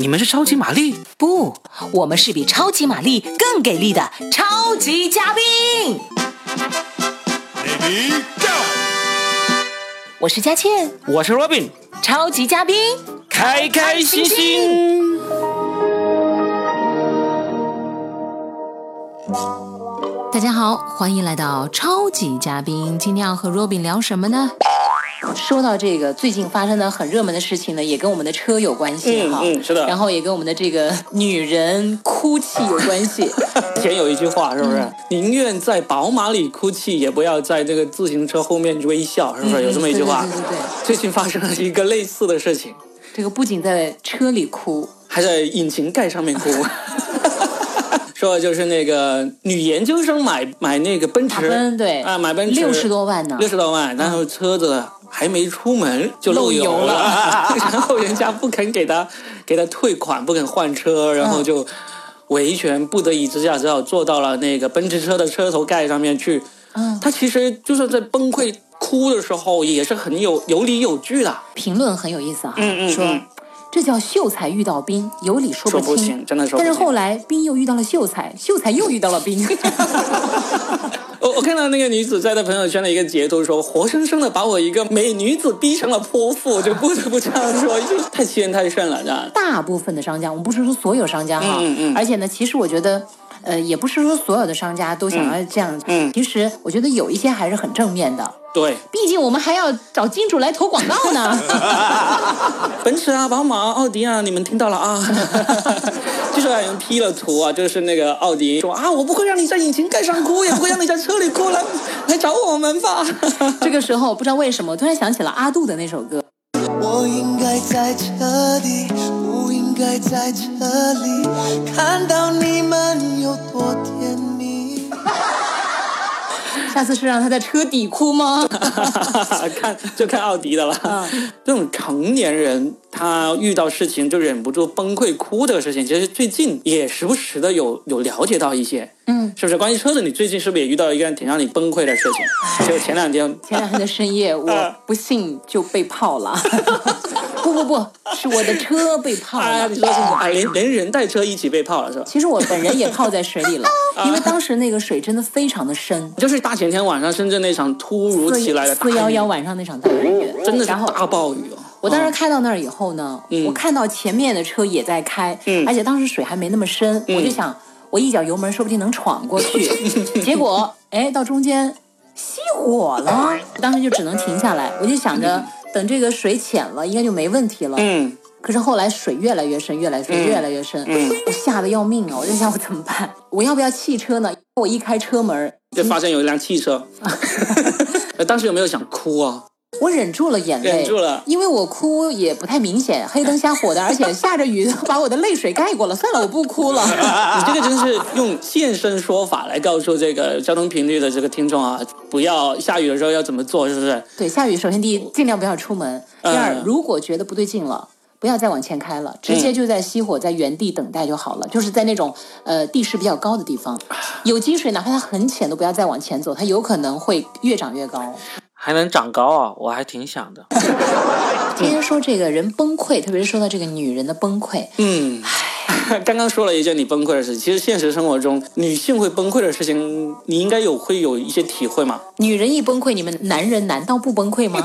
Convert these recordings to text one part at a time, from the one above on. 你们是超级玛丽？不，我们是比超级玛丽更给力的超级嘉宾。 Ready go！我是佳倩，我是 Robin，超级嘉宾。开开心开开心。大家好，欢迎来到超级嘉宾。今天要和 Robin 聊什么呢？说到这个最近发生的很热门的事情呢，也跟我们的车有关系哈、嗯是的然后也跟我们的这个女人哭泣有关系。以前有一句话，是不是？宁愿在宝马里哭泣，也不要在这个自行车后面微笑，是不是？有这么一句话嗯对。对对对对最近发生了一个类似的事情，这个不仅在车里哭，还在引擎盖上面哭。说的就是那个女研究生买买那个奔打驰，奔对啊，买奔驰60多万呢六十多万，然后车子还没出门就漏油嗯漏油了 然后人家不肯给他给他退款，不肯换车，然后就维权，不得已之下只好坐到了那个奔驰车的车头盖上面去。嗯，他其实就是在崩溃哭的时候，也是很有有理有据的。评论很有意思啊，嗯嗯说嗯这叫秀才遇到兵，有理说说不不清，清真的说不但是清后来兵又遇到了秀才，秀才又遇到了 兵。我我看到那个女子在她朋友圈的一个截图说，活生生的把我一个美女子逼成了泼妇，就不得不这样说， 就太欺人太甚了，这样。大部分的商家，我们不是说所有商家哈，嗯嗯而且呢，其实我觉得，呃，也不是说所有的商家都想要这样，嗯其实我觉得有一些还是很正面的，对，毕竟我们还要找金主来投广告呢。 奔驰啊、宝马啊、奥迪啊，你们听到了啊？ 就是有人 P 了图啊，就是那个奥迪说啊，我不会让你在引擎盖上哭，也不会让你在车里哭，来 来找我们吧。 这个时候不知道为什么，我突然想起了阿杜的那首歌，我应该在这里，不应该在这里，看到你们有多甜蜜。下次是让他在车底哭吗？看就看奥迪的了。嗯这种成年人他遇到事情就忍不住崩溃哭的事情，其实最近也时不时的有有了解到一些，嗯，是不是？关于车子，你最近是不是也遇到一件挺让你崩溃的事 情？就前两天，前两天的深夜，嗯我不幸就被泡了。 不不不，是我的车被泡啊，了你。说是啊，连连人带车一起被泡了是吧？其实我本人也泡在水 里了，因为当时那个水真的非常的深。就是大前天晚上深圳那场突如其来的大四雨，幺幺晚上那场大雨，真的是然后大暴雨哦。我当时开到那儿以后呢，我看到前面的车也在开，嗯而且当时水还没那么深，我就想我一脚油门说不定能闯过 去，结果哎到中间熄火了，嗯当时就只能停下来，我就想着等这个水浅了应该就没问题了，嗯，可是后来水越来越深，越来越深，越来越深，嗯我吓得要命啊！我就想我怎么办？我要不要弃车呢？我一开车门，就发现有一辆 汽车，呃当时有没有想哭啊？我忍住了眼泪，忍住了因为我哭也不太明显，黑灯瞎火的，而且下着雨， 把我的泪水盖过了。算了，我不哭了。 你这个真是用现身说法来告诉这个交通频率的这个听众啊，不要下雨的时候要怎么做，是不是？对，下雨首先第一，尽量不要出门；第二，嗯如果觉得不对劲了。不要再往前开了，直接就在熄火，在原地等待就好了。就是在那种呃地势比较高的地方，有积水，哪怕它很浅，都不要再往前走，它有可能会越长越高。还能长高啊？我还挺想的。今天说这个人崩溃，特别是说到这个女人的崩溃，嗯， 刚刚说了一件你崩溃的事情，其实现实生活中女性会崩溃的事情，你应该有会有一些体会嘛？女人一崩溃，你们男人难道不崩溃 吗？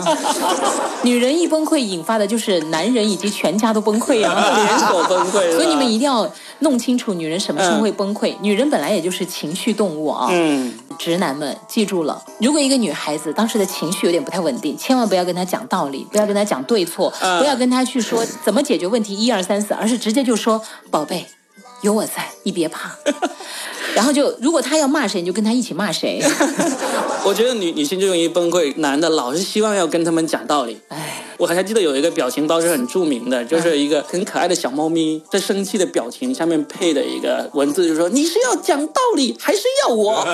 女人一崩溃引发的就是男人以及全家都崩溃呀、连锁崩溃是啊吧，所以你们一定要弄清楚女人什么时候会崩溃。女人本来也就是情绪动物啊，嗯，直男们记住了，如果一个女孩子当时的情绪有点不太稳定，千万不要跟她讲道理，不要跟她讲对错，嗯不要跟她去说怎么解决问题一二三四，而是直接就说宝贝，有我在，你别怕。 然后就如果她要骂谁，你就跟她一起骂 谁。我觉得女女性就容易崩溃，男的老是希望要跟他们讲道理。哎，我还记得有一个表情包是很著名的，就是一个很可爱的小猫咪在生气的表情下面配的一个文字，就说你是要讲道理还是要我？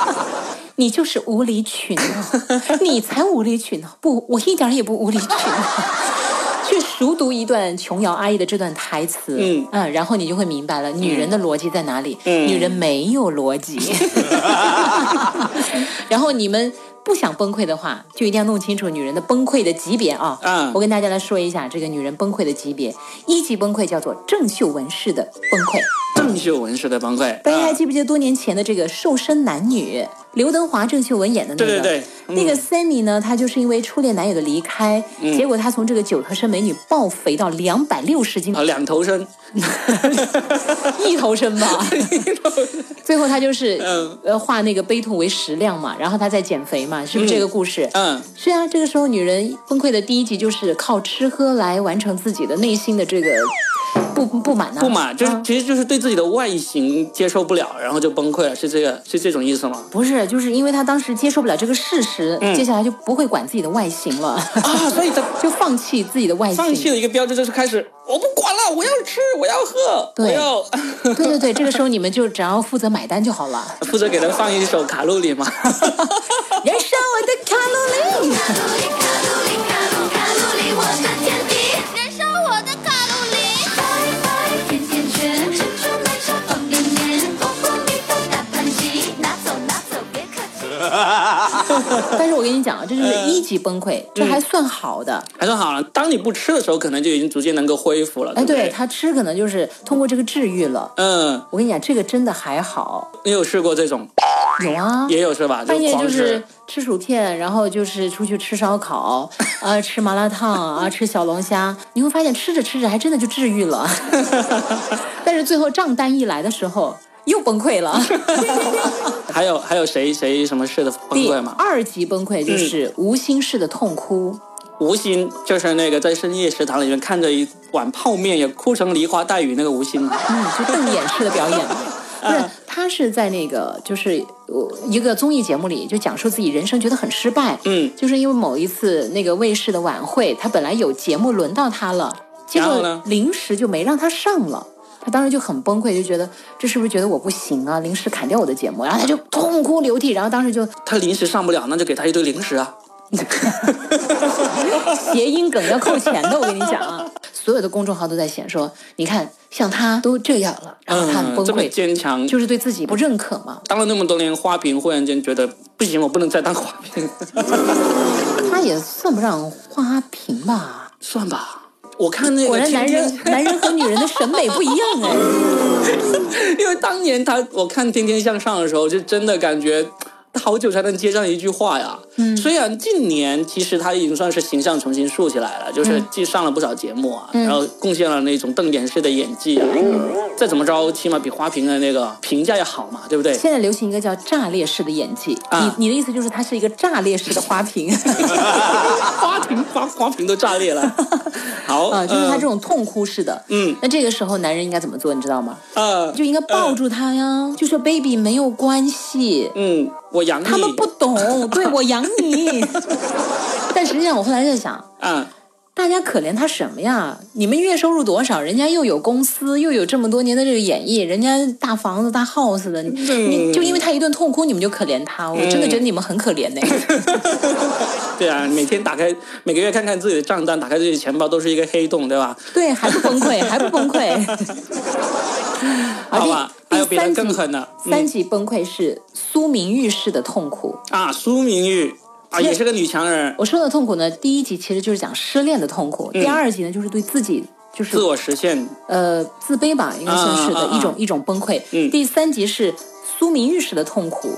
你就是无 理取闹，你才无理取闹，不，我一点儿也不无理取闹。 去熟读一段琼瑶阿姨的这段台词，啊嗯然后你就会明白了，女人的逻辑在哪里？嗯女人没有逻 辑。然后你们不想崩溃的话，就一定要弄清楚女人的崩溃的级别啊！啊我跟大家来说一下这个女人崩溃的级别，一级崩溃叫做郑秀文式的崩溃。郑秀文式的崩 溃，大家啊还记不记得多年前的这个《瘦身男女》，刘德华、郑秀文演的那个？对对对嗯那个 Sammy 呢，她就是因为初恋男友的离开，结果她从这个九头身美女暴肥到两百六十斤，啊，两头身， 一头身吧。最后她就是、嗯呃化那个悲痛为食量嘛，然后她在减肥嘛，是不是这个故事？嗯，是啊，这个时候女人崩溃的第一集就是靠吃喝来完成自己的内心的这个不不满呐、不满，就是、啊其实就是对自己的外形接受不了，然后就崩溃了，是这个是这种意思吗？不是，就是因为她当时接受不了这个事实，嗯接下来就不会管自己的外形了， 啊，所以他就放弃自己的外形。放弃了一个标志，就是开始我不管了，我要吃，我要喝，对我要对对对，这个时候你们就只要负责买单就好 了。 负责给他放一首卡路里 嘛。燃烧我的卡路里。卡路里，卡路里，卡路卡路里，我的天地，燃烧我的卡路里。拜拜，甜甜圈，珍珠奶茶方便面，火锅米饭大盘鸡，拿走拿走，别客气。但是我跟你讲啊，这嗯就是一级崩溃，这还算好的。还说好了，当你不吃的时候，可能就已经逐渐能够恢复了。哎，不对对，他吃可能就是通过这个治愈了。嗯，我跟你讲，这个真的还好，你有试过这种？有啊。也有是吧？半夜狂就吃是吃薯片，然后就是出去吃烧 烤，啊、吃麻辣烫啊、吃小龙虾，你会发现吃着吃着还真的就治愈 了。但是最后账单一来的时候，又崩溃 了。 还有还有谁谁什么事的崩第溃吗？嗯二级崩溃就是无心式的痛哭，吴昕就是那个在深夜食堂里面看着一碗泡面也哭成梨花带雨那个吴昕嘛。嗯，就瞪眼式的表演 了。不是，他是在那个就是呃一个综艺节目里就讲述自己人生觉得很失败，嗯就是因为某一次那个卫视的晚会，他本来有节目轮到他了，结然后果呢临时就没让他上了。他当时就很崩溃，就觉得这是不是觉得我不行啊？临时砍掉我的节目，然后他就痛哭流涕，然后当时就他临时上不了，那就给他一堆零食啊。谐音梗要扣钱的，我跟你讲啊，所有的公众号都在写说，你看像他都这样了，啊然后他很崩嗯这么溃，坚强，就是对自己不认可嘛。当了那么多年花瓶，忽然间觉得不行，我不能再当花瓶，他也算不上花瓶吧。算吧。我看那果个然，天男天人，男人和女人的审美不一样哎。 因为当年他我看《天天向上》的时候，就真的感觉。好久才能接上一句话呀！嗯，虽然近年其实他已经算是形象重新塑起来了，就是嗯既上了不少节目啊，然后贡献了那种瞪眼式的演技啊，嗯再怎么着，起码比花瓶的那个评价要好嘛，对不对？现在流行一个叫炸裂式的演技，啊你你的意思就是他是一个炸裂式的花 瓶花瓶花花瓶都炸 裂了，好嗯啊，就是他这种种痛哭式的。哦嗯那这个时候男人应该怎么做，你知道吗？呃就应该抱住他呀，就说 baby 没有关系，嗯，我养你，他们不 懂，对我养你。但实际上，我后来在想，啊，大家可怜他什么呀？你们月收入多少？人家又有公司，又有这么多年的这个演艺，人家大房子、大 house 的，你你就因为他一顿痛哭，你们就可怜他？我真的觉得你们很可怜呢、 对啊，每天打开每个月看看自己的账单，打开自己的钱包都是一个黑洞，对吧？对，还不崩溃，还不崩 溃。好吧还而有第第比他三级更狠的嗯三级崩溃是苏明玉式的痛苦。啊，苏明玉啊，其实也是个女强人，我说的痛苦呢，第一集其实就是讲失恋的痛苦，第二集呢就是对自己就是嗯自我实现呃自卑吧，应该算是的啊啊啊一种一种崩溃。嗯第三集是苏明玉式的痛苦，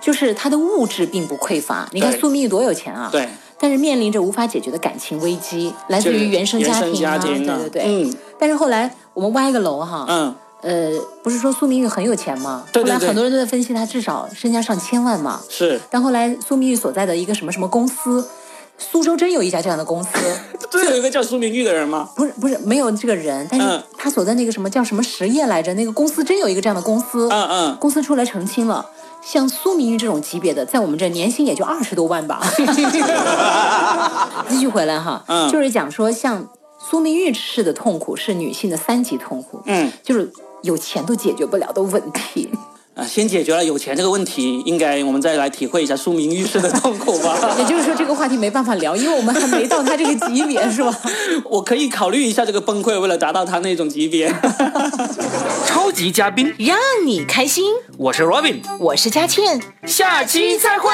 就是他的物质并不匮乏。你看对苏明玉多有钱啊！对。但是面临着无法解决的感情危机，来自就是于原生家原生庭啊，家庭啊对对对。嗯。但是后来我们歪个楼哈，嗯，呃，不是说苏明玉很有钱吗？对对后来对很多人都在分析他至少身家上千万嘛。是但后来苏明玉所在的一个什么什么公司，苏州真有一家这样的公司，真有一个叫苏明玉的人吗？不是不是没有这个人，但是嗯他所在那个什么叫什么实业来着？那个公司真有一个这样的公司，嗯嗯公司出来澄清了。像苏明玉这种级别的，在我们这年薪也就二十多 万吧。继续回来哈，嗯就是讲说像苏明玉式的痛苦是女性的三级痛苦，嗯，就是有钱都解决不了的问题。。啊，先解决了有钱这个问题，应该我们再来体会一下苏明遇事的痛苦吧 也就是说，这个话题没办法聊，因为我们还没到他这个级别，是吧？我可以考虑一下这个崩溃，为了达到他那种级别。超级嘉宾，让你开心。我是 Robin，我是佳倩。下期再会。